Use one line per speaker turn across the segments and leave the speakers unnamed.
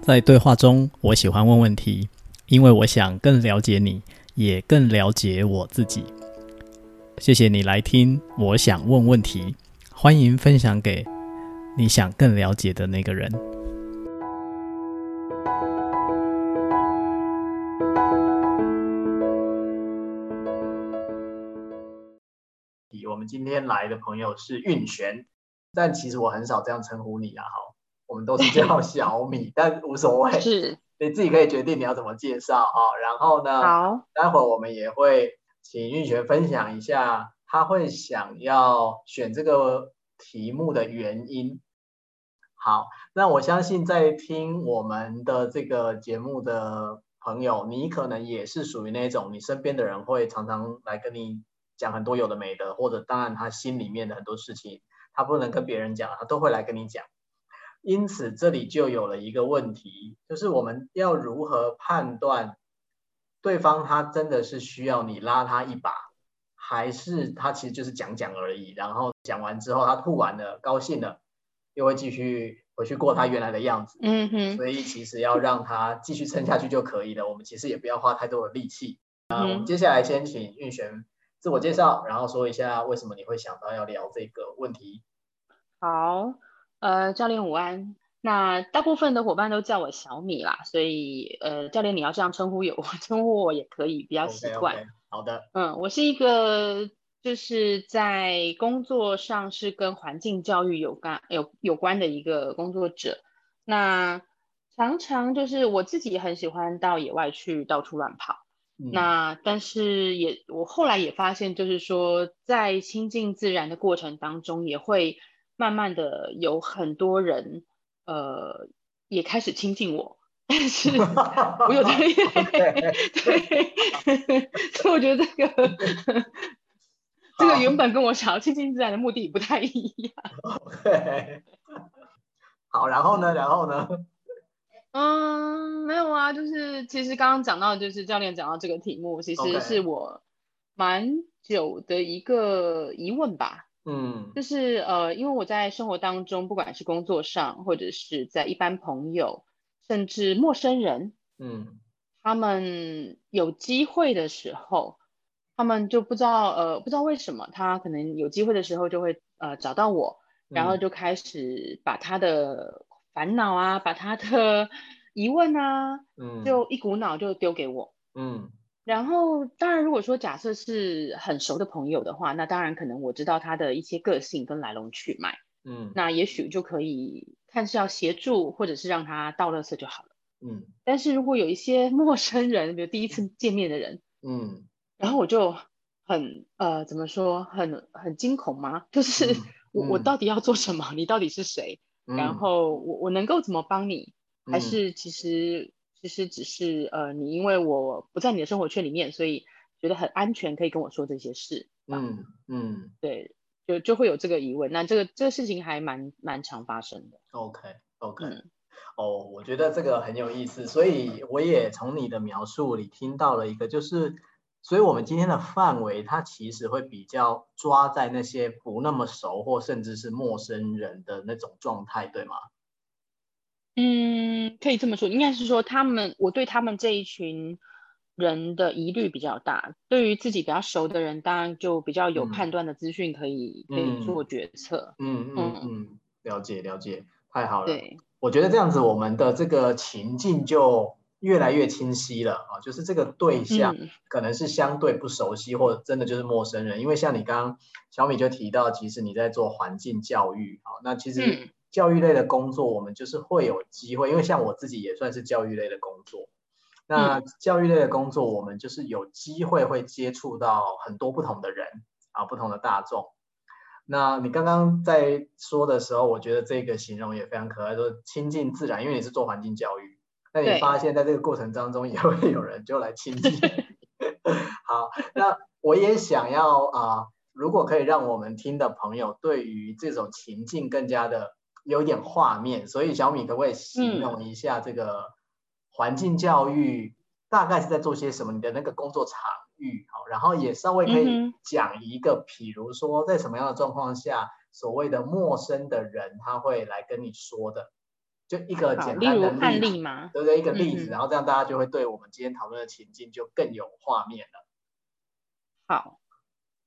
在对话中，我喜欢问问题，因为我想更了解你，也更了解我自己。谢谢你来听，我想问问题，欢迎分享给你想更了解的那个人。
我们今天来的朋友是运璇，但其实我很少这样称呼你啊，好，我们都是叫小米，但无所谓，
是
你自己可以决定你要怎么介绍啊。然后呢，
好，
待会儿我们也会请运璇分享一下他会想要选这个题目的原因。好，那我相信在听我们的这个节目的朋友，你可能也是属于那种你身边的人会常常来跟你讲很多有的没的，或者当然他心里面的很多事情他不能跟别人讲，他都会来跟你讲。因此，这里就有了一个问题，就是我们要如何判断对方他真的是需要你拉他一把，还是他其实就是讲讲而已，然后讲完之后他吐完了，高兴了，又会继续回去过他原来的样子。
嗯哼，
所以其实要让他继续撑下去就可以了。我们其实也不要花太多的力气。啊、我们
嗯
接下来先请运璇自我介绍，然后说一下为什么你会想到要聊这个问题。
好，呃，教练午安。那大部分的伙伴都叫我小米啦，所以呃，教练你要这样称呼我， 称呼我也可以，比较习
OK
惯。
OK，好的，
嗯，我是一个就是在工作上是跟环境教育有关有有关的一个工作者。那常常就是我自己也很喜欢到野外去到处乱跑。
嗯
那但是也，我后来也发现，就是说，在亲近自然的过程当中，也会慢慢的有很多人，呃，也开始亲近我， 但是我有 对对， 所以我觉得这 个这个原本跟我想要亲近自然的目的不太一样。
OK 好，然后呢，然后呢，
嗯，没有啊，就是其实刚刚讲到，就是教练讲到这个题目，其实
OK
是我蛮久的一个疑问吧。
嗯
就是呃，因为我在生活当中，不管是工作上，或者是在一般朋友，甚至陌生人，
嗯
他们有机会的时候，他们就不知道呃，不知道为什么，他可能有机会的时候就会呃找到我，然后
嗯
就开始把他的烦恼啊，把他的疑问啊，
嗯
就一股脑就丢给我。
嗯
然后，当然，如果说假设是很熟的朋友的话，那当然可能我知道他的一些个性跟来龙去脉。
嗯
那也许就可以看是要协助，或者是让他倒垃圾就好了。
嗯
但是如果有一些 陌生人，比如第一次见面的人，
嗯
然后我就很呃怎么说，很很惊恐吗？就是
嗯
我、我
嗯
到底要做什么？你到底是谁？
嗯，
然后我我能够怎么帮你？还
嗯
是其实其实只是呃你因为我不在你的生活圈里面，所以觉得很安全，可以跟我说这些事。
嗯嗯
对，就就会有这个疑问。那这个这个事情还蛮蛮常发生的。
OK OK，
嗯。
哦，我觉得这个很有意思，所以我也从你的描述里听到了一个，就是，所以我们今天的范围，它其实会比较抓在那些不那么熟或甚至是陌生人的那种状态，对吗？
嗯，可以这么说，应该是说他们，我对他们这一群人的疑虑比较大。对于自己比较熟的人，当然就比较有
嗯
判断的资讯，可以可以做决策。
嗯嗯嗯，了解了解，太好了。
对，
我觉得这样子，我们的这个情境就越来越清晰了啊，就是这个对象。
嗯
可能是相对不熟悉，或者真的就是陌生人。因为像你刚刚小米就提到，其实你在做环境教育啊，那其实
嗯
教育类的工作，我们就是会有机会，因为像我自己也算是教育类的工作。
嗯
那教育类的工作，我们就是有机会会接触到很多不同的人啊，不同的大众。那你刚刚在说的时候，我觉得这个形容也非常可爱，说亲近自然，因为你是做环境教育，那你
对
发现在这个过程当中，也会有人就来亲近你。 好，那我也想要啊、如果可以让我们听的朋友对于这种情境更加的有一点画面，所以小米可不可以形容一下这个环境教育大概是在做些什么？你的那个工作场域，好，然后也稍微可以
嗯
讲一个，比如说在什么样的状况下，所谓的陌生的人他会来跟你说的，就一个
好，
简
例
单
如
的
案
例
例
子，
吗？
对不对？一个例
嗯
子，
嗯
然后这样大家就会对我们今天讨论的情境就更有画面了。
好，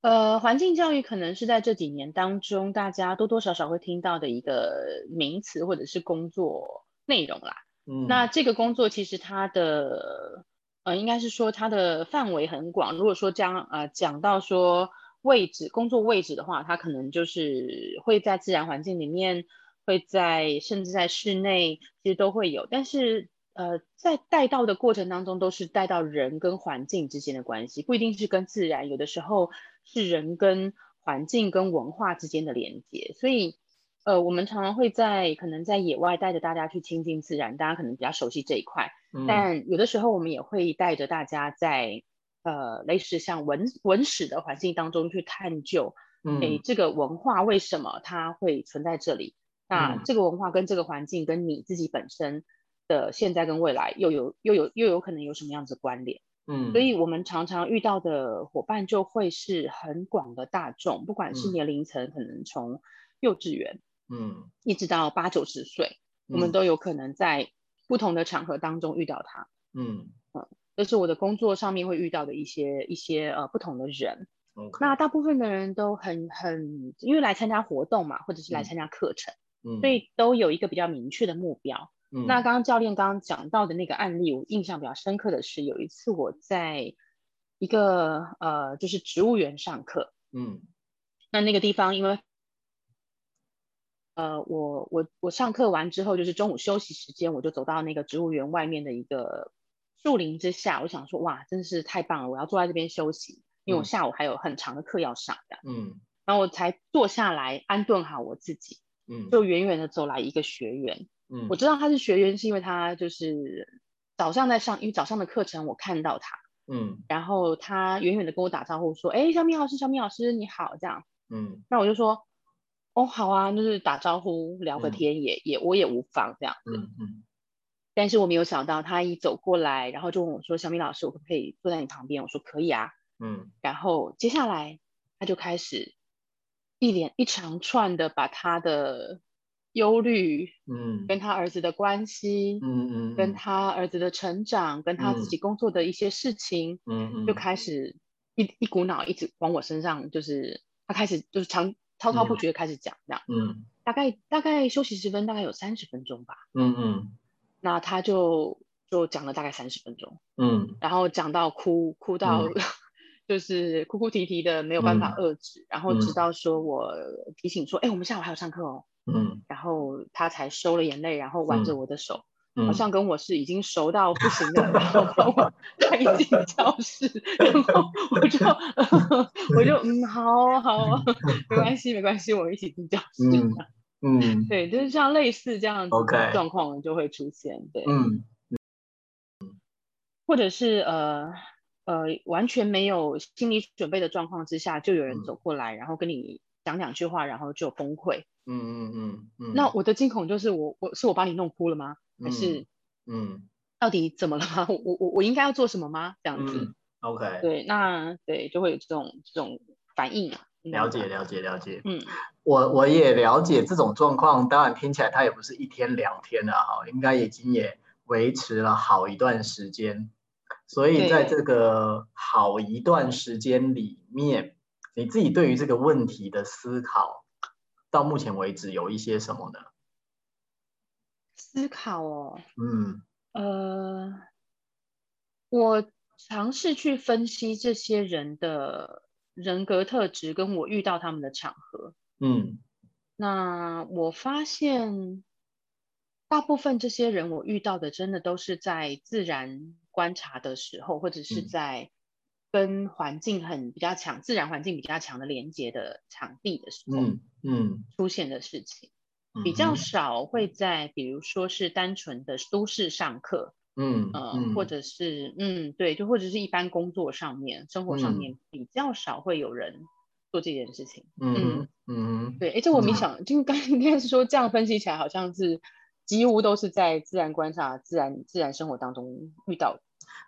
呃，环境教育可能是在这几年当中，大家多多少少会听到的一个名词或者是工作内容啦。
嗯，
那这个工作其实它的，呃，应该是说它的范围很广。如果说将呃讲到说位置，工作位置的话，它可能就是会在自然环境里面，会在甚至在室内，其实都会有。但是呃，在带到的过程当中，都是带到人跟环境之间的关系，不一定是跟自然，有的时候是人跟环境跟文化之间的连接，所以。呃，我们常常会在可能在野外带着大家去亲近自然，大家可能比较熟悉这一块。
嗯
但有的时候我们也会带着大家在呃类似像文文史的环境当中去探究，诶、
嗯
这个文化为什么它会存在这里？那
嗯
这个文化跟这个环境跟你自己本身的现在跟未来又有又有又有可能有什么样子的关联？
嗯，
所以我们常常遇到的伙伴就会是很广的大众，不管
嗯
是年龄层，可能从幼稚园。
嗯，
一直到八九十岁，我们
嗯
都有可能在不同的场合当中遇到他。
嗯
这是我的工作上面会遇到的一些一些呃不同的人。
嗯，OK，
那大部分的人都很很，因为来参加活动嘛，或者是
嗯
来参加课程，
嗯
所以都有一个比较明确的目标。
嗯
那刚刚教练刚刚讲到的那个案例，我印象比较深刻的是，有一次我在一个呃就是植物园上课，
嗯
那那个地方因为，呃，我我我上课完之后，就是中午休息时间，我就走到那个植物园外面的一个树林之下，我想说，哇，真是太棒了，我要坐在这边休息，因为我
嗯
下午还有很长的课要上的。
嗯
然后我才坐下来安顿好我自己，
嗯
就远远的走来一个学员，
嗯，
我知道他是学员，是因为他就是早上在上，因为早上的课程我看到他，
嗯
然后他远远的跟我打招呼说，哎，小米老师，小米老师你好，这样。
嗯
那我就说，哦，好啊，就是打招呼聊个
嗯
天也、也我也无妨这样。
嗯嗯
但是我没有想到他一走过来，然后就问我说：“小米老师，我可不可以坐在你旁边？”我说：“可以啊。
嗯”
然后接下来他就开始一连一长串的把他的忧虑、
嗯
跟他儿子的关系、
嗯嗯，
跟他儿子的成长、跟他自己工作的一些事情，
嗯嗯
就开始一一股脑一直往我身上，就是他开始就是长滔滔不
嗯
绝地开始讲这样。
嗯
大概大概休息十分，大概有三十分钟吧。
嗯嗯
那他就就讲了大概三十分钟，
嗯
然后讲到哭，哭到、 就是哭哭啼啼的，没有办
嗯
法遏制。然后直到说我提醒说，哎、我们下午还有上课哦，
嗯
然后他才收了眼泪，然后挽着
嗯
我的手，
嗯，
好像跟我是已经熟到不行 的，然后把我带进教室，然后我 就、我就嗯，好好，没关系没关系，我们一起进教室。
嗯嗯
对，就是像类似这样子
OK
的状况就会出现，对，
嗯
或者是呃呃完全没有心理准备的状况之下，就有人
嗯
走过来，然后跟你讲两句话，然后就崩溃。
嗯嗯嗯，
那我的惊恐就是我我是我把你弄哭了吗？还是
嗯
到底怎么了吗？ 我我我我应该要做什么吗？这样子，
嗯 OK，
对，那对就会有这种这种反应啊。嗯
了解，了解了解，
嗯，
我我也了解这种状况，当然听起来它也不是一天两天了哈，应该已经也维持了好一段时间。所以在
对
这个好一段时间里面，你自己对于这个问题的思考，到目前为止有一些什么呢？
思考哦，
嗯
呃，我尝试去分析这些人的人格特质，跟我遇到他们的场合。
嗯
那我发现，大部分这些人我遇到的，真的都是在自然观察的时候，或者是
嗯
在跟环境很比较强、自然环境比较强的连接的场地的时候
嗯嗯，
出现的事情，
嗯
比较少会在，比如说是单纯的都市上课。
嗯
呃，
嗯
或者是嗯，对，就或者是一般工作上面、生活上
嗯
面比较少会有人做这件事情。
嗯哼嗯
对，诶，这我没
嗯
想，就刚 应该是说这样分析起来，好像是几乎都是在自然观察、自然自然生活当中遇到的。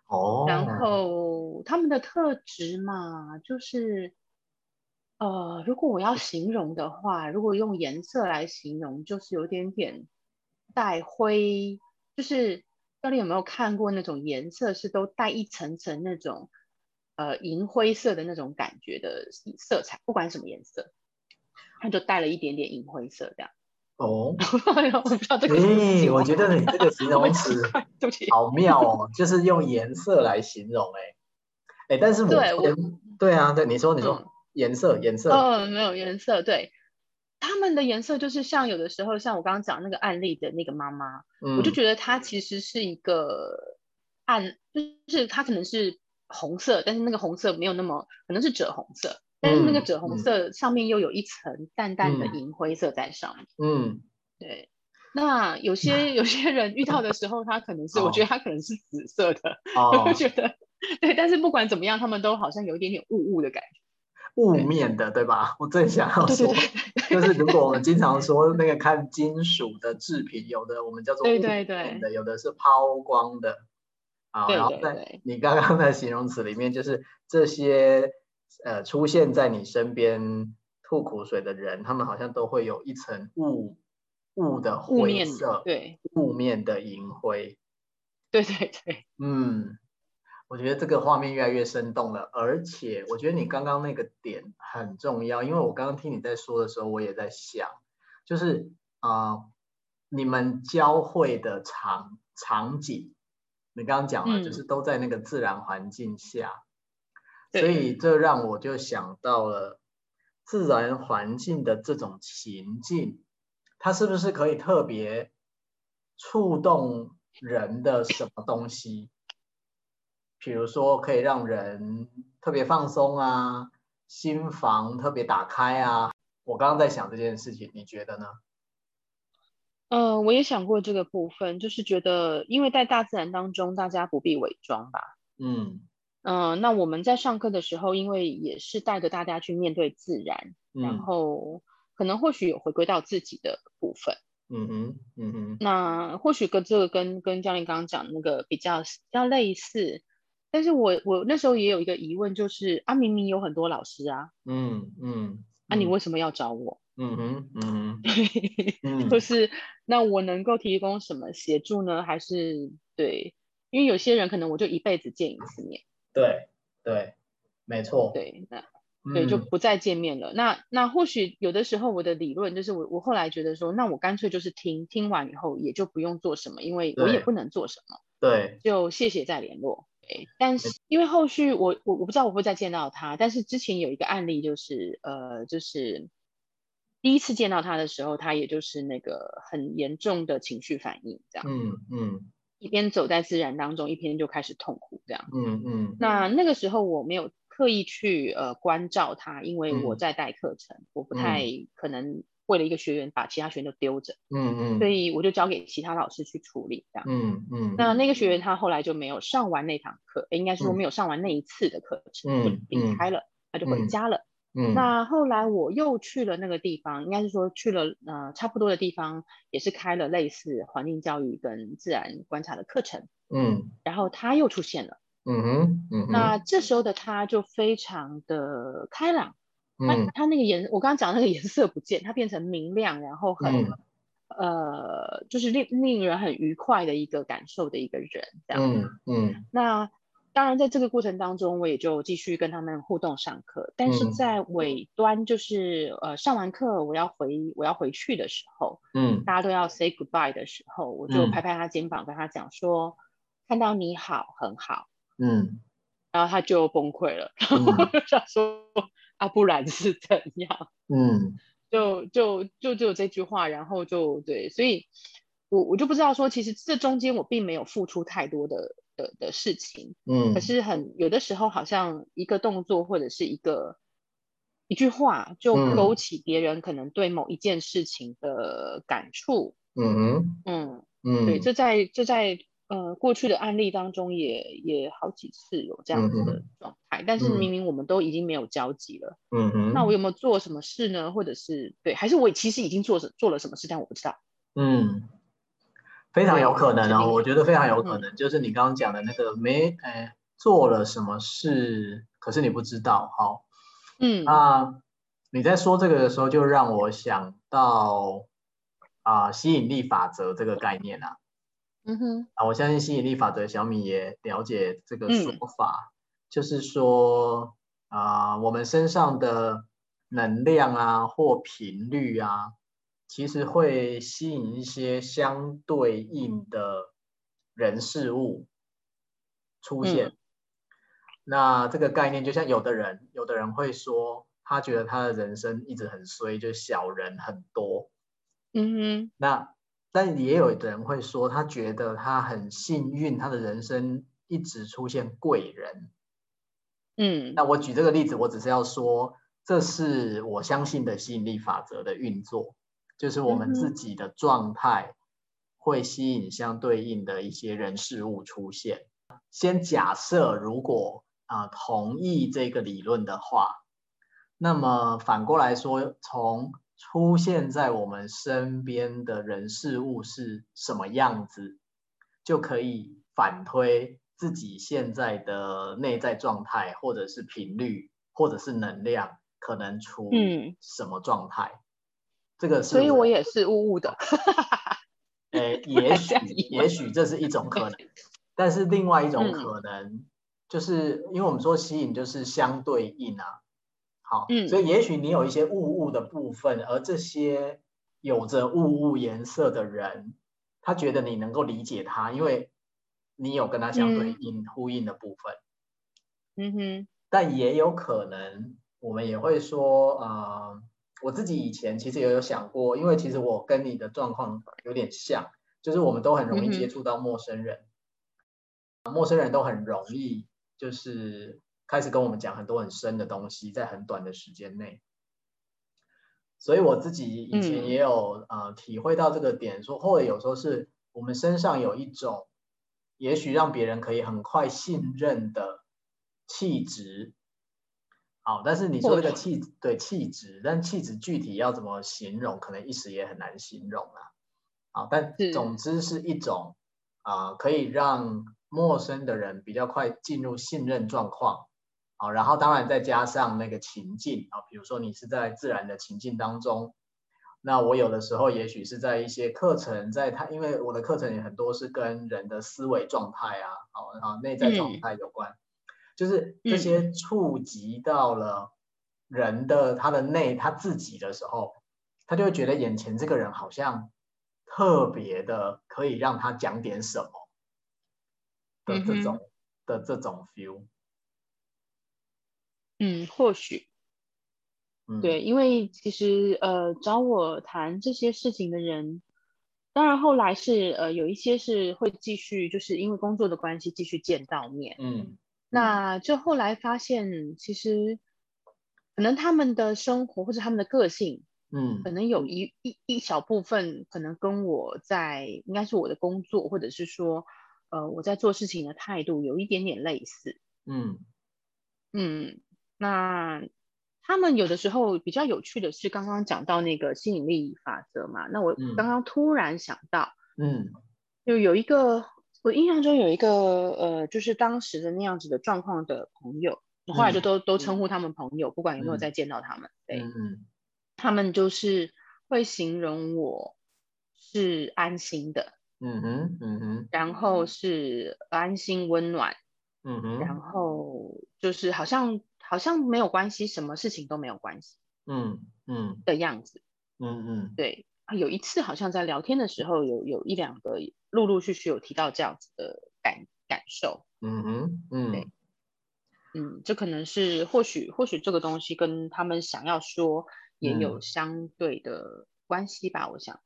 哼哦，
然后他们的特质嘛，就是呃，如果我要形容的话，如果用颜色来形容，就是有点点带灰，就是教练有没有看过那种颜色是都带一层层那种呃银灰色的那种感觉的色彩，不管什么颜色，他就带了一点点银灰色这样。
哦，
哎呦我不知道这个是不是
咦、
形容
我觉得你这个形
我
容
很
词
奇怪对不起，
好妙哦，就是用颜色来形容、哎，哎，但是我
对我
先对啊，对你说你说、
嗯
颜色颜色，
哦，没有颜色，对，他们的颜色就是像有的时候，像我刚刚讲那个案例的那个妈妈，
嗯，
我就觉得她其实是一个暗，就是她可能是红色，但是那个红色没有那么，可能是赭红色，但是那个
嗯
赭红
嗯
色上面又有一层淡淡的
嗯
银灰色在上面。
嗯，
对，那 有些有些人遇到的时候，他可能是，我觉得他可能是紫色的， 我
哦
就，觉得对，但是不管怎么样，他们都好像有一点点雾雾的感觉。
雾面的对吧？我正想要
对
说
对。对
就是如果我们经常说那个看金属的制品，有的我们叫做
对
雾
对
面
对
的，有的是抛光的。啊，
对
然后
对
在
对
你刚刚的形容词里面，就是这些呃出现在你身边吐苦水的人，他们好像都会有一层雾雾的
雾
灰
面
色，
对
雾面的银灰。
对对对，
嗯，我觉得这个画面越来越生动了，而且我觉得你刚刚那个点很重要，因为我刚刚听你在说的时候，我也在想，就是啊、呃你们交汇的场场景，你刚刚讲了，就
嗯
是都在那个自然环境下，
对
所以这让我就想到了自然环境的这种情境，它是不是可以特别触动人的什么东西？比如说，可以让人特别放松啊，心房特别打开啊。我刚刚在想这件事情，你觉得呢？
呃，我也想过这个部分，就是觉得因为在大自然当中，大家不必伪装吧。
嗯
嗯、那我们在上课的时候，因为也是带着大家去面对自然，然
嗯
后可能或许有回归到自己的部分。
嗯哼嗯哼
那或许跟这个跟跟教练刚刚讲的那个比较比较类似，但是我我那时候也有一个疑问，就是啊，明明有很多老师啊，
嗯嗯，
那、你
嗯
为什么要找我？
嗯哼嗯哼嗯
就是那我能够提供什么协助呢？还是对，因为有些人可能我就一辈子见一次面，
对对，没错，
对，那对就
嗯
不再见面了。那那或许有的时候我的理论就是我我后来觉得说，那我干脆就是听听完以后也就不用做什么，因为我也
对
不能做什么，
对，
就谢谢再联络。对，但是因为后续我我我不知道我会不会再见到他，但是之前有一个案例就是呃就是。第一次见到他的时候，他也就是那个很严重的情绪反应，这样。
嗯嗯
一边走在自然当中，一边就开始痛苦这样。
嗯嗯，
那那个时候我没有刻意去呃关照他，因为
嗯
我在带课程，我不太可能为了一个学员把其他学员都丢着，
嗯嗯，
所以我就交给其他老师去处理这样。
嗯嗯，
那那个学员他后来就没有上完那堂课，诶应该说
嗯
没有上完那一次的课程，
嗯
就离开了，他就回
嗯
家了。
嗯
那后来我又去了那个地方，应该是说去了呃差不多的地方，也是开了类似环境教育跟自然观察的课程。
嗯
然后他又出现了。
嗯哼嗯哼，
那这时候的他就非常的开朗，
嗯
他他那个颜，我刚刚讲那个颜色不见，他变成明亮，然后很、
嗯
呃，就是令令人很愉快的一个感受的一个人这样。
嗯嗯
那当然，在这个过程当中，我也就继续跟他们互动上课。但是
嗯
在尾端，就是呃上完课我要回我要回去的时候，
嗯
大家都要 say goodbye 的时候，我就
嗯
拍拍他肩膀，跟他讲说：“看到你好，很好。”
嗯
然后他就崩溃了，然
嗯
后我就想说、啊，不然是怎样？
嗯
就就就只有这句话，然后就对，所以我我就不知道说，其实这中间我并没有付出太多的的的事情，
嗯，
可是很有的时候好像一个动作或者是一个一句话，就
嗯
勾起别人可能对某一件事情的感触，
嗯哼
嗯，
嗯，
对，这在这在呃过去的案例当中也也好几次有这样子的状态，但是
嗯
明明我们都已经没有交集了，
嗯哼，
那我有没有做什么事呢？或者是对，还是我其实已经做什做了什么事，但我不知道。
嗯，非常有可能
对
哦，我觉得非常
嗯
有可能，就是你刚刚讲的那个没，哎，做了什么事，可是你不知道。好，
嗯
啊那你在说这个的时候，就让我想到啊、吸引力法则这个概念啊。
嗯哼，
啊，我相信吸引力法则，小米也了解这个
嗯
说法，就是说啊、我们身上的能量啊或频率啊，其实会吸引一些相对应的人事物出现。那这个概念，就像有的人，有的人会说，他觉得他的人生一直很衰，就是小人很多。
嗯
那但也有的人会说，他觉得他很幸运，他的人生一直出现贵人。
哼，嗯
那我举这个例子，我只是要说，这是我相信的吸引力法则的运作，就是我们自
嗯
己的状态会吸引相对应的一些人事物出现。先假设如果啊、同意这个理论的话，那么反过来说，从出现在我们身边的人事物是什么样子，就可以反推自己现在的内在状态，或者是频率，或者是能量，可能处于
嗯
什么状态。这个是，
所以我也是悟悟的，
呃，
不
也
然
许
这样以为嗯
也许这是一种 可能，但是另外一种可能，就是因为我们说吸引就是相对应啊，好，
嗯
所以也许你有一些物物的部分，而这些有着物物颜色的人，他觉得你能够理解他，因为你有跟他相对应、呼应的部分，
嗯哼，
但也有可能我们也会说，呃，我自己以前其实也有想过，因为其实我跟你的状况有点像，就是我们都很容易
嗯哼
接触到陌生人，陌生人都很容易就是开始跟我们讲很多很深的东西，在很短的时间内。所以我自己以前
嗯
也有、呃体会到这个点，说或者有时候是我们身上有一种，也许让别人可以很快信任的气质。好，但是你说
或
这个
许
气对气质，但气质具体要怎么形容，可能一时也很难形容啊。好，但
是
总之是一种啊、可以让陌生的人比较快进入信任状况。好，然后当然再加上那个情境啊，比如说你是在自然的情境当中，那我有的时候也许是在一些课程，在它，因为我的课程也很多是跟人的思维状态啊，好啊内在状
嗯
态有关，就是这些触及到了人的他的内他自己的时候，他就会觉得眼前这个人好像特别的可以让他讲点什么的这种、的这种 feel，
嗯，或许
嗯，
对，，因为其实呃，找我谈这些事情的人，当然后来是呃，有一些是会继续，就是因为工作的关系继续见到面。
嗯，
那就后来发现，其实可能他们的生活或者他们的个性，
嗯
可能有一一一小部分可能跟我在应该是我的工作，或者是说呃我在做事情的态度有一点点类似。
嗯
嗯，那他们有的时候比较有趣的是，刚刚讲到那个吸引力法则嘛，那我
嗯
刚刚突然想到，
嗯
就有一个我印象中有一个呃，就是当时的那样子的状况的朋友，我后来
嗯
就都都
嗯
称呼他们朋友，不管有没
嗯
有再见到他们，对，
嗯
他们就是会形容我是安心的，
嗯哼嗯哼
然后是安心温暖。
嗯哼，
然后就是好像好像没有关系，什么事情都没有关系
嗯嗯
的样子。
嗯嗯
对，啊有一次好像在聊天的时候，有有一两个陆陆续续有提到这样子的感感受。
嗯哼嗯
嗯，这可能是或许或许这个东西跟他们想要说也有相对的关系吧，我想。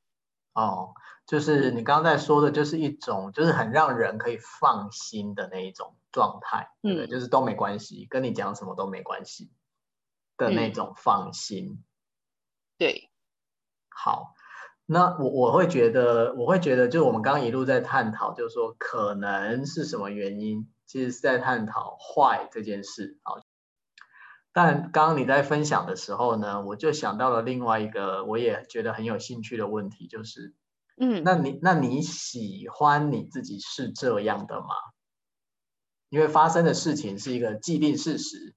哦，就是你刚刚在说的，就是一种就是很让人可以放心的那一种状态，对不对？
嗯
就是都没关系，跟你讲什么都没关系的那
嗯
种放心。
对，
好，那我我会觉得，我会觉得，就是我们刚刚一路在探讨，就是说可能是什么原因，其实是在探讨坏这件事啊。但刚刚你在分享的时候呢，我就想到了另外一个我也觉得很有兴趣的问题，就是
嗯，
那你那你喜欢你自己是这样的吗？因为发生的事情是一个既定事实，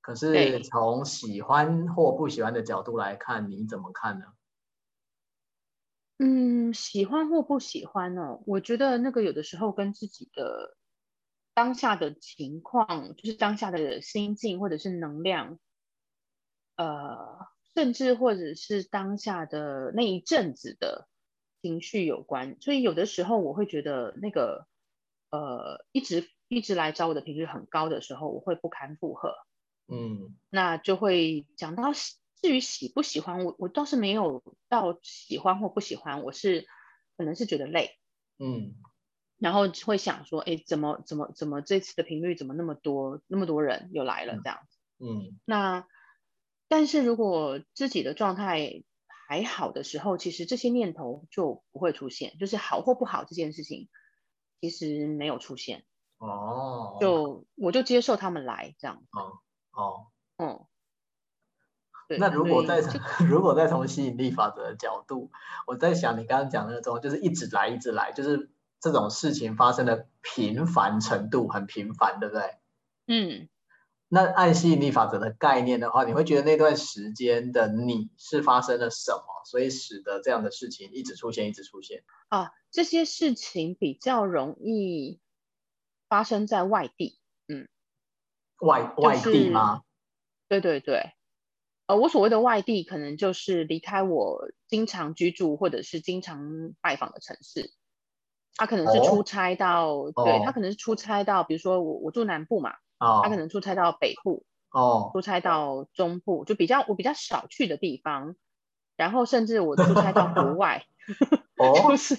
可是
对
从喜欢或不喜欢的角度来看，你怎么看呢？
嗯，喜欢或不喜欢哦，我觉得那个有的时候跟自己的当下的情况，就是当下的心境或者是能量，呃，甚至或者是当下的那一阵子的情绪有关。所以有的时候我会觉得那个呃，一直一直来找我的频率很高的时候，我会不堪负荷。
嗯
那就会讲到喜至于喜不喜欢，我我倒是没有到喜欢或不喜欢，我是可能是觉得累，
嗯
然后会想说，哎，怎么怎么怎么这次的频率怎么那么多，那么多人又来了
嗯
这样。
嗯
那但是如果自己的状态还好的时候，其实这些念头就不会出现，就是好或不好这件事情其实没有出现，
哦，
就我就接受他们来这样。
哦，
嗯，对。
那如果
所
再
以这
从如果再从吸引力法则的角度，我在想你刚刚讲的那种，就是一直来一直来，就是这种事情发生的频繁程度很频繁，对不对？
嗯。
那按吸引力法则的概念的话，你会觉得那段时间的你是发生了什么，所以使得这样的事情一直出现，一直出现。
啊，这些事情比较容易发生在外地。
外
是
外地吗？
对对对，呃，我所谓的外地，可能就是离开我经常居住或者是经常拜访的城市。他可能是
哦
出差到，对
哦
他可能是出差到，比如说我我住南部嘛，
哦
他可能出差到北部，
哦
出差到中部，就比较我比较少去的地方。然后甚至我出差到国外， 就
哦，
是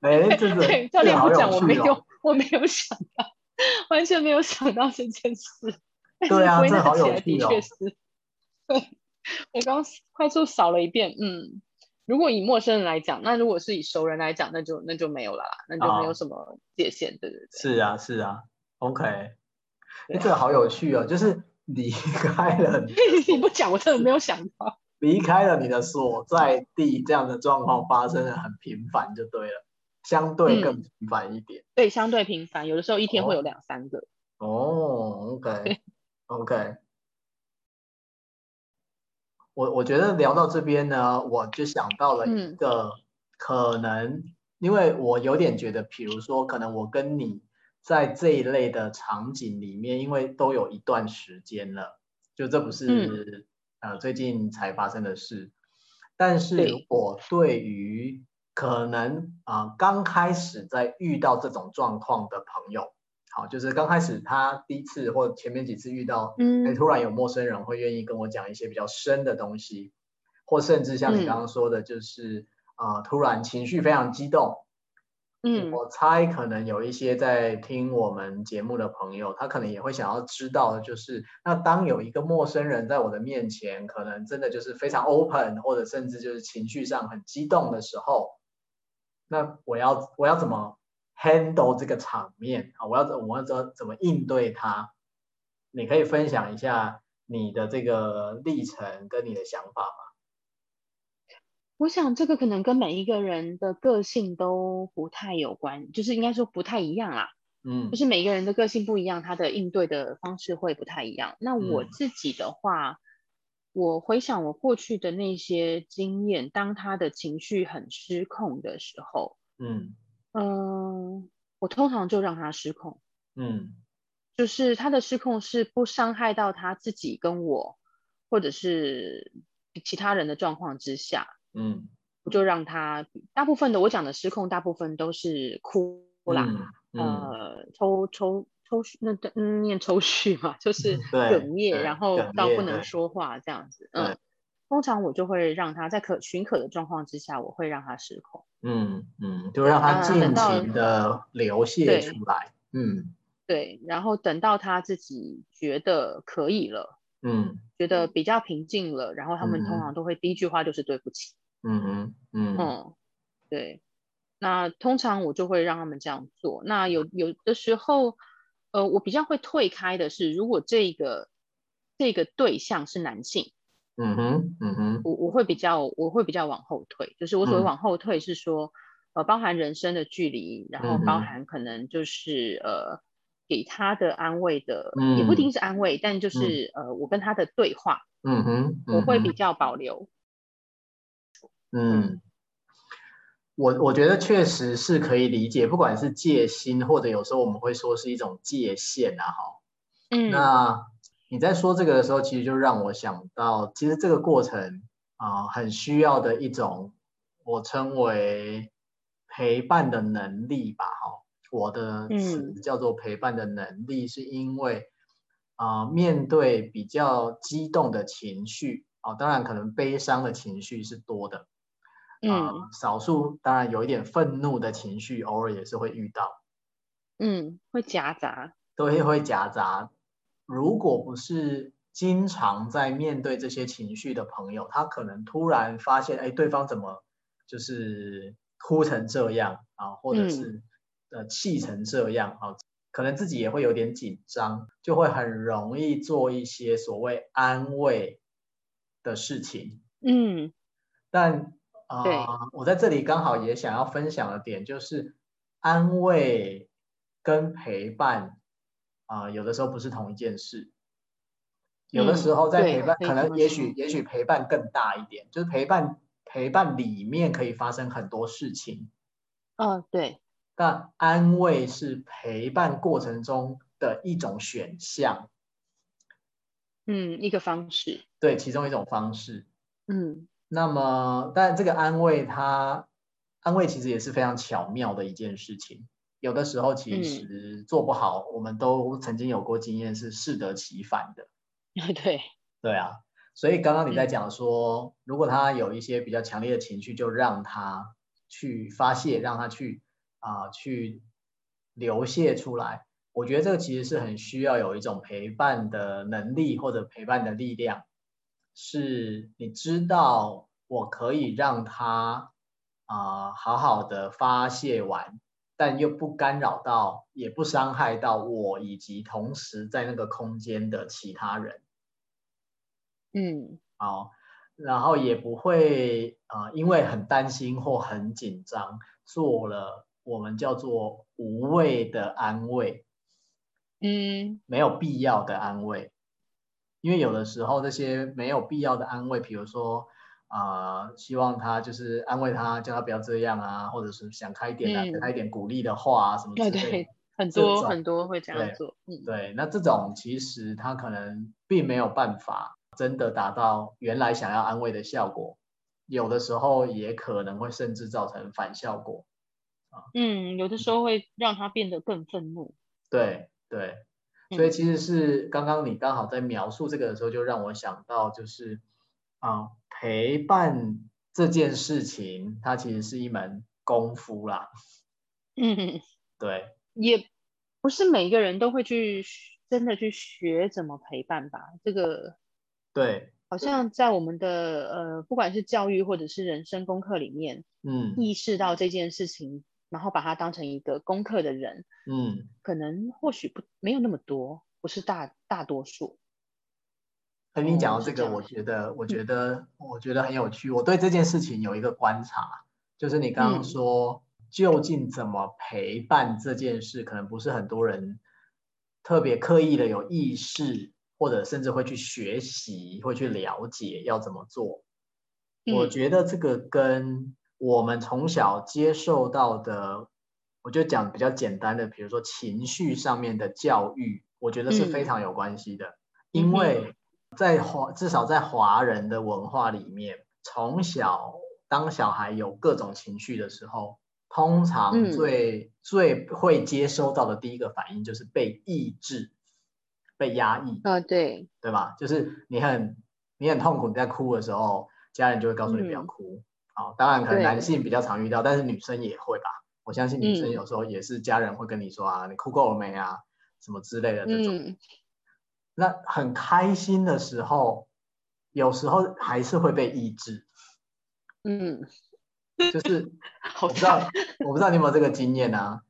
哎，这个
对，
这
教练
个
不
好
讲，我
趣
没
哦
有，我没有想到，完全没有想到这件事。但
对
是
啊
归
这
纳
好
起
有
来的
趣哦
确是。对，我刚快速扫了一遍，嗯，如果以陌生人来讲，那如果是以熟人来讲，那就那就没有了啦，那就没有
哦
什么界限，对对对。
是啊，是啊，OK，
对
哎这个好有趣哦，就是离开了你
你不讲，我真的没有想到。
离开了你的所在地，这样的状况发生的很频繁就对了，相对更频繁一点。
对，相对频繁，有的时候一天会
哦
有两三个。
哦，OK，OK，
对、
我我觉得聊到这边呢，我就想到了一
嗯
个、可能，因为我有点觉得，比如说，可能我跟你在这一类的场景里面，因为都有一段时间了，就这不
嗯
是、呃最近才发生的事，但是
对
我对于可能啊、呃刚开始在遇到这种状况的朋友，好，就是刚开始他第一次或前面几次遇到，哎，
嗯
突然有陌生人会愿意跟我讲一些比较深的东西，或甚至像你刚刚说的，就是啊、呃突然情绪非常激动。
嗯，
我猜可能有一些在听我们节目的朋友，他可能也会想要知道的，就是那当有一个陌生人在我的面前，可能真的就是非常 open，或者甚至就是情绪上很激动的时候，那我要我要怎么 handle 这个场面啊？我要怎我要怎怎么应对它？你可以分享一下你的这个历程跟你的想法吗？
我想这个可能跟每一个人的个性都不太有关，就是应该说不太一样啦。
嗯
就是每个人的个性不一样，他的应对的方式会不太一样。那我
嗯
自己的话，我回想我过去的那些经验，当他的情绪很失控的时候，
嗯
嗯、我通常就让他失控，
嗯
就是他的失控是不伤害到他自己跟我，或者是其他人的状况之下，
嗯，
我就让他。大部分的我讲的失控，大部分都是哭啦。
嗯，嗯
呃抽抽抽搐那对嗯念抽搐嘛，就是
对
哽咽，
对
然后
哽
到
咽
不能
对
说话这样子。
对
嗯，通常我就会让他在可许可的状况之下，我会让他失控。
嗯嗯，就让它
啊
尽
等到
情的流泻
对
出来。嗯
对，然后等到他自己觉得可以了，
嗯
觉得比较平静了，然后他们
嗯
通常都会第一句话就是对不起。
嗯嗯嗯
嗯，对。那通常我就会让他们这样做。那有有的时候，呃，我比较会退开的是，如果这个这个对象是男性。
嗯哼嗯哼
我我会比较我会比较往后退，就是我所谓
嗯
往后退是说，呃，包含人生的距离，然后包
嗯哼
含可能就是呃给他的安慰的，也
嗯
不一定是安慰，但就是呃我跟他的对话，
嗯哼，
我会
嗯
比
哼
较保留。
嗯，我我觉得确实是可以理解，不管是戒心，或者有时候我们会说是一种界限啊，哈。
嗯，
那你在说这个的时候，其实就让我想到，其实这个过程啊、呃很需要的一种我称为陪伴的能力吧，哈。我的词
嗯
叫做陪伴的能力，是因为啊、呃面对比较激动的情绪，哦，当然可能悲伤的情绪是多的，啊、
嗯
少数当然有一点愤怒的情绪，偶尔也是会遇到，
嗯，会夹杂，
都会会夹杂。如果不是经常在面对这些情绪的朋友，他可能突然发现，哎，对方怎么就是哭成这样啊，或者
嗯
是呃气成这样啊，可能自己也会有点紧张，就会很容易做一些所谓安慰的事情。
嗯
但啊、
对
呃我在这里刚好也想要分享的点就是，安慰跟陪伴啊、呃有的时候不是同一件事。有的时
嗯
候在
对
陪伴，
可以
可
这
能
么
也
说
许也许陪伴更大一点，就是陪伴陪伴里面可以发生很多事情，啊
嗯，对，
但安慰是陪伴过程中的一种选项，
嗯，一个方式，
对，其中一种方式。
嗯
那么，但这个安慰它，安慰其实也是非常巧妙的一件事情。有的时候其
嗯
实做不好，我们都曾经有过经验是适得其反的。
对，
对啊，所以刚刚你在
嗯
讲说，如果他有一些比较强烈的情绪，就让他去发泄，让他去啊、去流泻出来。我觉得这个其实是很需要有一种陪伴的能力或者陪伴的力量，是你知道我可以让他啊、好好的发泄完，但又不干扰到，也不伤害到我以及同时在那个空间的其他人。
嗯
好，然后也不会呃，因为很担心或很紧张，做了我们叫做无谓的安慰，
嗯
没有必要的安慰。因为有的时候这些没有必要的安慰，比如说啊、呃希望他就是安慰他，叫他不要这样啊，或者是想开一点啊，给
嗯
他一点鼓励的话啊，什么之
对
类的。
很
这
多
种
很多会这样
对
做，嗯
对，那这种其实他可能并没有办法真的达到原来想要安慰的效果，有的时候也可能会甚至造成反效果。
嗯，有的时候会让他变得更愤怒，
对对，所以
嗯
其实是刚刚你刚好在描述这个的时候，就让我想到就是啊、陪伴这件事情，它其实是一门功夫啦。
嗯，
对
也不是每个人都会去学真的去学怎么陪伴吧，这个
对，
好像在我们的呃，不管是教育或者是人生功课里面，
嗯
意识到这件事情，然后把它当成一个功课的人，
嗯。
可能或许不没有那么多，不是大大多数。
跟你讲
哦
到
是
这
这
个，
样嗯
我
子
觉得，我觉得，我觉得很有趣。我对这件事情有一个观察，就是你刚刚
嗯
说，究竟怎么陪伴这件事，可能不是很多人特别刻意的有意识，或者甚至会去学习，会去了解要怎么做。我
嗯
觉得这个跟我们从小接受到的，我就讲比较简单的，比如说情绪上面的教育，我觉得是非
嗯
常有关系的。
嗯
因
哼
为在华，至少在华人的文化里面，从小当小孩有各种情绪的时候，通常
嗯
最、最会接收到的第一个反应就是被抑制、被压抑。
啊，对，
对吧？就是你很你很痛苦，你在哭的时候，家人就会告诉你不要
嗯
哭。好、当然可能
对
男性比较常遇到，但是女生也会吧。我相信女生
嗯
有时候也是家人会跟你说啊，你哭够了没啊，什么之类的这种。
嗯
那很开心的时候，有时候还是会被抑制，
嗯，
就是
好
我不知道
像，
我不知道你有没有这个经验啊？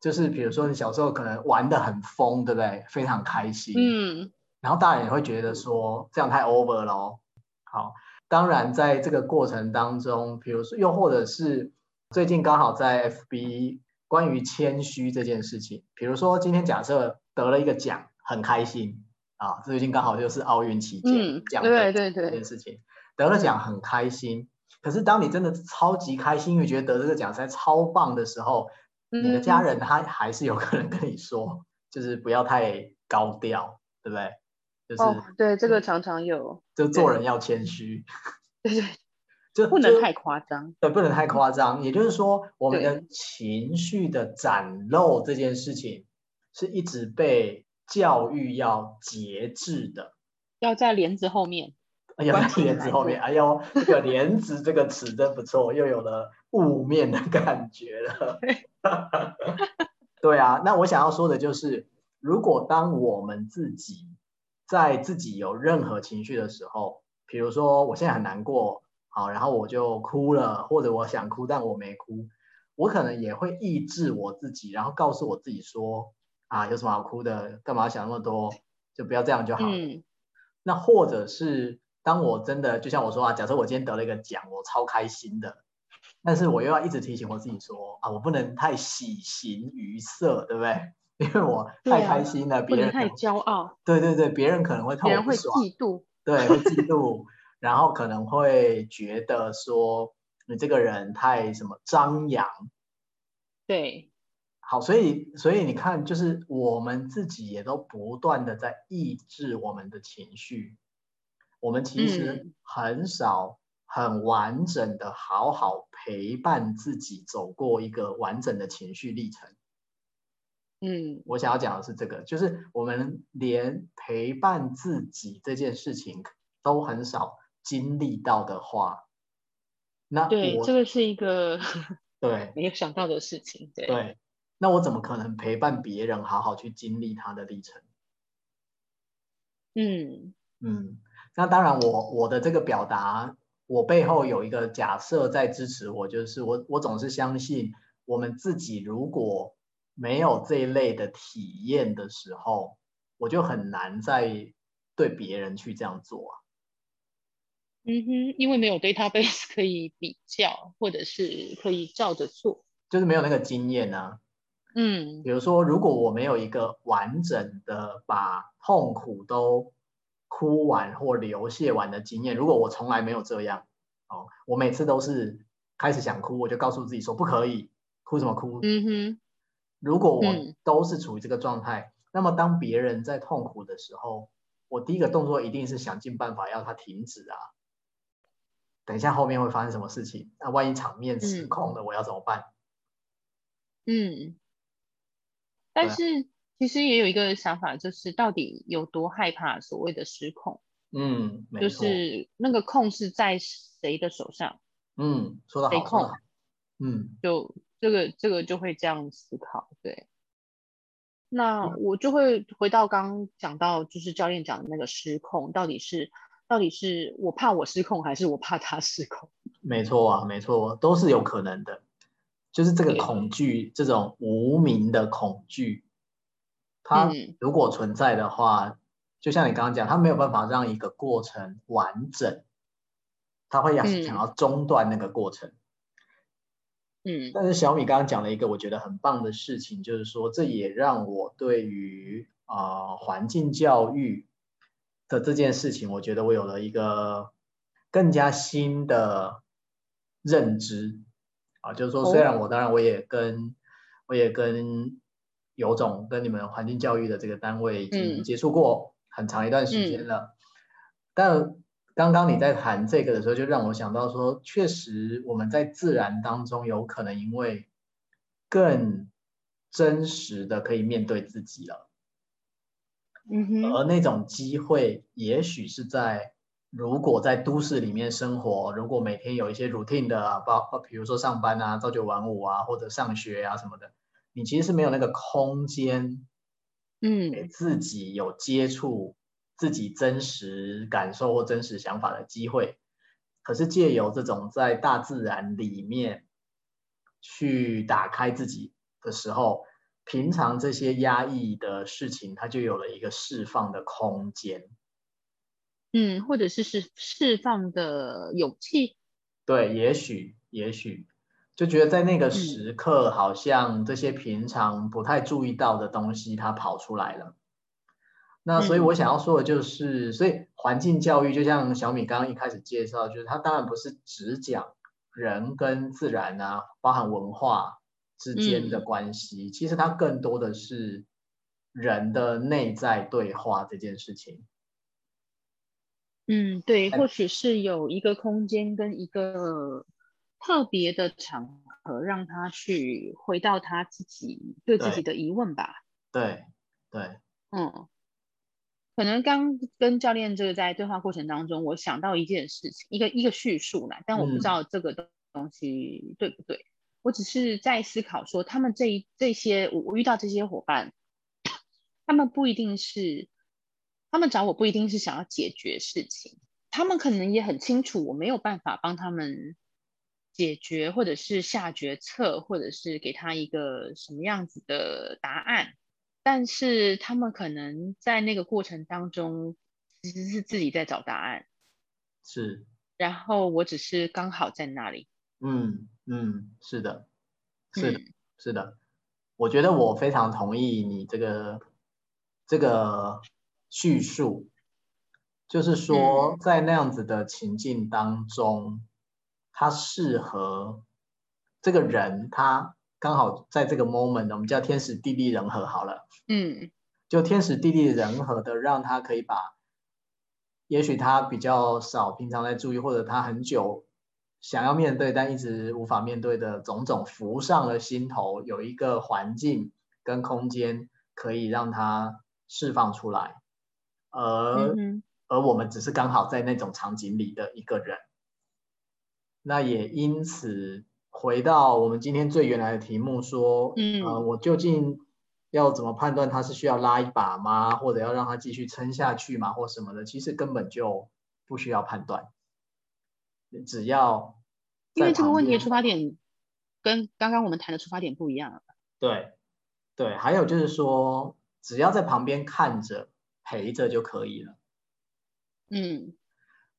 就是比如说你小时候可能玩的很疯，对不对？非常开心，
嗯
然后大人也会觉得说这样太 over 了哦。好，当然在这个过程当中，比如说又或者是最近刚好在 FB 关于谦虚这件事情，比如说今天假设得了一个奖，很开心啊，最近刚好就是奥运期间
嗯，
奖
对
的
对
这件
对，
事情，得了奖很开心，可是当你真的超级开心，因为觉得得这个奖实在超棒的时候，
嗯
你的家人他还是有可能跟你说，就是不要太高调，对不对？就是、嗯
哦，对，这个常常有，
就做人要谦虚，
对对，
就
不
就
能太夸张。
对，不能太夸张。也就是说，我们的情绪的展露这件事情，是一直被教育要节制的。
要在帘子后面，
哎呀
关，起
帘子
来
后面，哎呦，这个帘子这个词真不错，又有了雾面的感觉了。 对啊，那我想要说的就是，如果当我们自己在自己有任何情绪的时候，比如说我现在很难过，好，然后我就哭了，或者我想哭但我没哭，我可能也会抑制我自己，然后告诉我自己说，啊，有什么好哭的，干嘛想那么多，就不要这样就好了。
嗯，
那或者是当我真的就像我说啊，假设我今天得了一个奖，我超开心的，但是我又要一直提醒我自己说啊，我不能太喜形于色，对不对？ 因为我
对啊
太开心了，
不
别
能
人
太骄傲，
对对对，别人可能会
别
看我
人
不
会
爽，
嫉妒。
对，会嫉妒，然后可能会觉得说你这个人太什么张扬。
对，
好，所以所以你看，就是我们自己也都不断的在抑制我们的情绪，我们其实
嗯
很少很完整的好好陪伴自己走过一个完整的情绪历程。
嗯，
我想要讲的是这个，就是我们连陪伴自己这件事情都很少经历到的话，那
对，
啊我
这个是一个
对
没有想到的事情。对，
对，那我怎么可能陪伴别人好好去经历他的历程？
嗯，
嗯，那当然我，我的这个表达，我背后有一个假设在支持我，就是我我总是相信，我们自己如果没有这一类的体验的时候，我就很难再对别人去这样做啊。
嗯哼，因为没有 database 可以比较，或者是可以照着做。
就是没有那个经验啊。
嗯
比如说，如果我没有一个完整的把痛苦都哭完或流泻完的经验，如果我从来没有这样，哦，我每次都是开始想哭，我就告诉自己说不可以，哭什么哭？
嗯哼，
如果我
嗯
都是处于这个状态，那么当别人在痛苦的时候，我第一个动作一定是想尽办法要他停止啊。等一下后面会发生什么事情？那万一场面失
嗯
控了，我要怎么办？
嗯。
对
但
啊
是其实也有一个想法，就是到底有多害怕所谓的失控，
嗯，没
就
错。
是那个控是在谁的手上。
嗯，说的
被
好，说得
控
好。嗯
就这个这个就会这样思考，对。那
嗯
我就会回到刚刚讲到，就是教练讲的那个失控，到底是到底是我怕我失控，还是我怕他失控？
没错啊，没错，都是有可能的。就是这个
对
恐惧，这种无名的恐惧，它
嗯
如果存在的话，就像你刚刚讲，它没有办法让一个过程完整，它会要
嗯
想要中断那个过程。
嗯
但是小米刚刚讲了一个我觉得很棒的事情，就是说这也让我对于呃环境教育的这件事情，我觉得我有了一个更加新的认知啊，就是说
哦
虽然我当然我也跟我也跟有种跟你们环境教育的这个单位已经
嗯
接触过很长一段时间了，但刚刚你在谈这个的时候，就让我想到说，确实我们在自然当中有可能因为更真实的可以面对自己了，
嗯哼，
而那种机会也许是在如果在都市里面生活，如果每天有一些 routine 的啊，包包比如说上班啊、朝九晚五啊，或者上学啊什么的，你其实是没有那个空间给
嗯
自己有接触自己真实感受或真实想法的机会。可是借由这种在大自然里面去打开自己的时候，平常这些压抑的事情，它就有了一个释放的空间。
嗯，或者是释释放的勇气，
对，也许，也许就觉得在那个时刻，好像这些平常不太注意到的东西，它跑出来了。那所以我想要说的就是，所以环境教育就像小米刚刚一开始介绍，就是它当然不是只讲人跟自然啊，包含文化之间的关系，其实它更多的是人的内在对话这件事情。
嗯，对，
哎
或许是有一个空间跟一个特别的场合，让他去回到他自己对自己的疑问吧。
对，对，
嗯，可能刚跟教练这个在对话过程当中，我想到一件事情，一个一个叙述啦，但我不
嗯
知道这个东东西对不对。我只是在思考说，他们这一这些我我遇到这些伙伴，他们不一定是，他们找我不一定是想要解决事情，他们可能也很清楚我没有办法帮他们解决，或者是下决策，或者是给他一个什么样子的答案，但是他们可能在那个过程当中其实是自己在找答案，
是，
然后我只是刚好在那里，
嗯嗯，是的，是的，
嗯
是的，我觉得我非常同意你这个这个叙述，就是说在那样子的情境当中，他适合这个人，他刚好在这个 moment，我们叫天时地利人和好了，
嗯
就天时地利人和的，让他可以把，也许他比较少平常在注意，或者他很久想要面对但一直无法面对的种种浮上了心头，有一个环境跟空间可以让他释放出来，而呃
嗯哼
而我们只是刚好在那种场景里的一个人。那也因此回到我们今天最原来的题目说，
嗯
呃，我究竟要怎么判断他是需要拉一把吗，或者要让他继续撑下去吗，或什么的？其实根本就不需要判断，只要
因为
在
这个
旁
问题的
边
出发点跟刚刚我们谈的出发点不一样啊了，
对，对，还有就是说，只要在旁边看着陪着就可以了。
嗯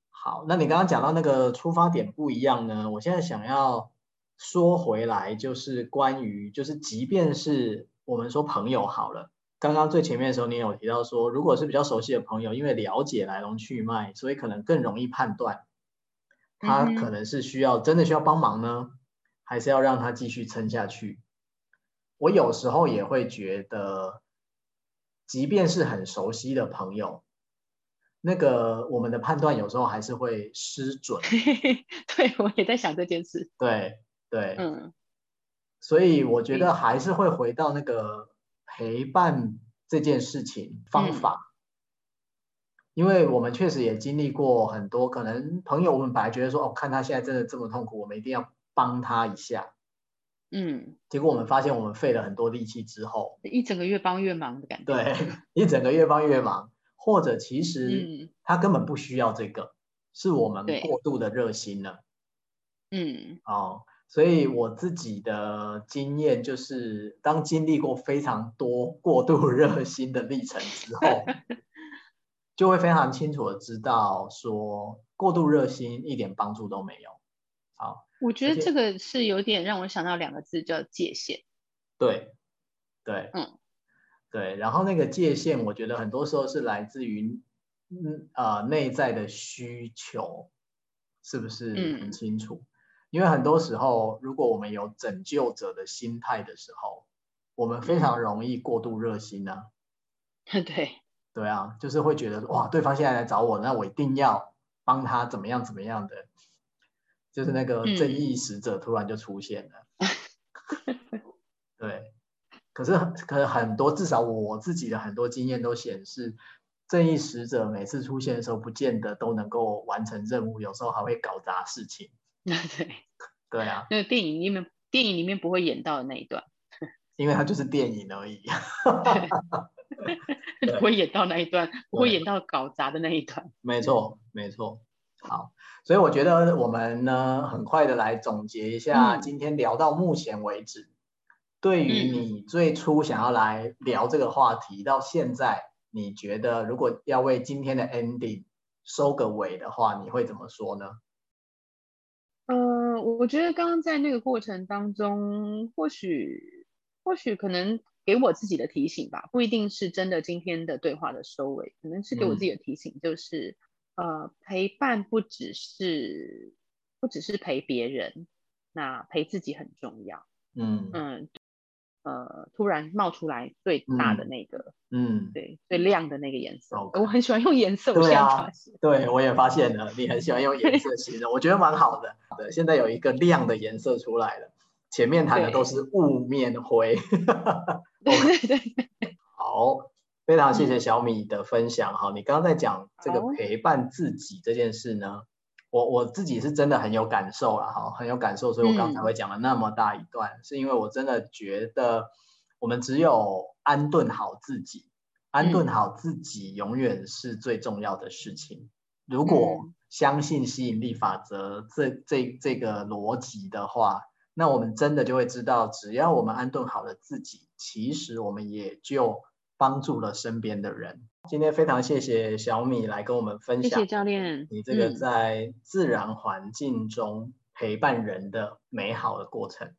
好，那你刚刚讲到那个出发点不一样呢，我现在想要说回来，就是关于就是即便是我们说朋友好了，刚刚最前面的时候你有提到说，如果是比较熟悉的朋友，因为了解来龙去脉，所以可能更容易判断他
嗯哼
可能是需要真的需要帮忙呢，还是要让他继续撑下去。我有时候也会觉得，即便是很熟悉的朋友，那个我们的判断有时候还是会失准。
对我也在想这件事，
对对，
嗯
所以我觉得还是会回到那个陪伴这件事情
嗯
方法，因为我们确实也经历过很多，可能朋友我们本来觉得说，哦，看他现在真的这么痛苦，我们一定要帮他一下。
嗯，
结果我们发现我们费了很多力气之后，
一整个越帮越忙的感觉，
对， 一整个越帮越忙，或者其实
嗯
他根本不需要这个，是我们
对
过度的热心了。
嗯
哦，所以我自己的经验就是，当经历过非常多过度 热心的历程之后，就会非常清楚的知道说，过度热心一点帮助都没有。好，
我觉
而
得
且
这个是有点让我想到两个字叫界限，
对，对，
嗯，
对，然后那个界限，我觉得很多时候是来自于，嗯呃，内在的需求，是不是很
嗯
清楚？因为很多时候，如果我们有拯救者的心态的时候，我们
嗯
非常容易过度热心啊呢、
对，
对啊，就是会觉得哇，对方现在来找我，那我一定要帮他怎么样怎么样的，就是那个正
嗯
义使者突然就出现了。对，可是很可是很多，至少我自己的很多经验都显示，正义使者每次出现的时候，不见得都能够完成任务，有时候还会搞砸事情。
对，
对啊，
那个电影里面电影里面不会演到的那一段，
因为它就是电影而已。 对
不会演到那一段，不会
对
演到搞砸的那一段，
没错，没错。好，所以我觉得我们呢，很快的来总结一下，
嗯
今天聊到目前为止，对于
嗯
你最初想要来聊这个话题，到现在，你觉得如果要为今天的 ending 收个尾的话，你会怎么说呢？
呃，我觉得刚刚在那个过程当中，或许或许可能给我自己的提醒吧，不一定是真的今天的对话的收尾，可能是
嗯
给我自己的提醒，就是呃，陪伴不只是不只是陪别人，那陪自己很重要。
嗯
嗯，呃，突然冒出来最大的那个，
嗯，
对，最亮的那个颜色，
OK
我很喜欢用颜色，我
对
现在
啊
发现，
对我也发现了，你很喜欢用颜色形容，我觉得蛮好的。对，现在有一个亮的颜色出来了，前面谈的
对
都是雾面灰。
对对对。
好，非常谢谢小米的分享。哈，你刚刚在讲这个
嗯好
陪伴自己这件事呢，我我自己是真的很有感受啦，哈，很有感受，所以我刚
嗯
才会讲了那么大一段，是因为我真的觉得我们只有安顿好自己，安顿
嗯
好自己永远是最重要的事情。如果
嗯
相信吸引力法则这这这个逻辑的话，那我们真的就会知道，只要我们安顿好了自己，其实我们也就帮助了身边的人。今天非常谢谢小米来跟我们分
谢
享
谢教练，
你这个
嗯
在自然环境中陪伴人的美好的过程。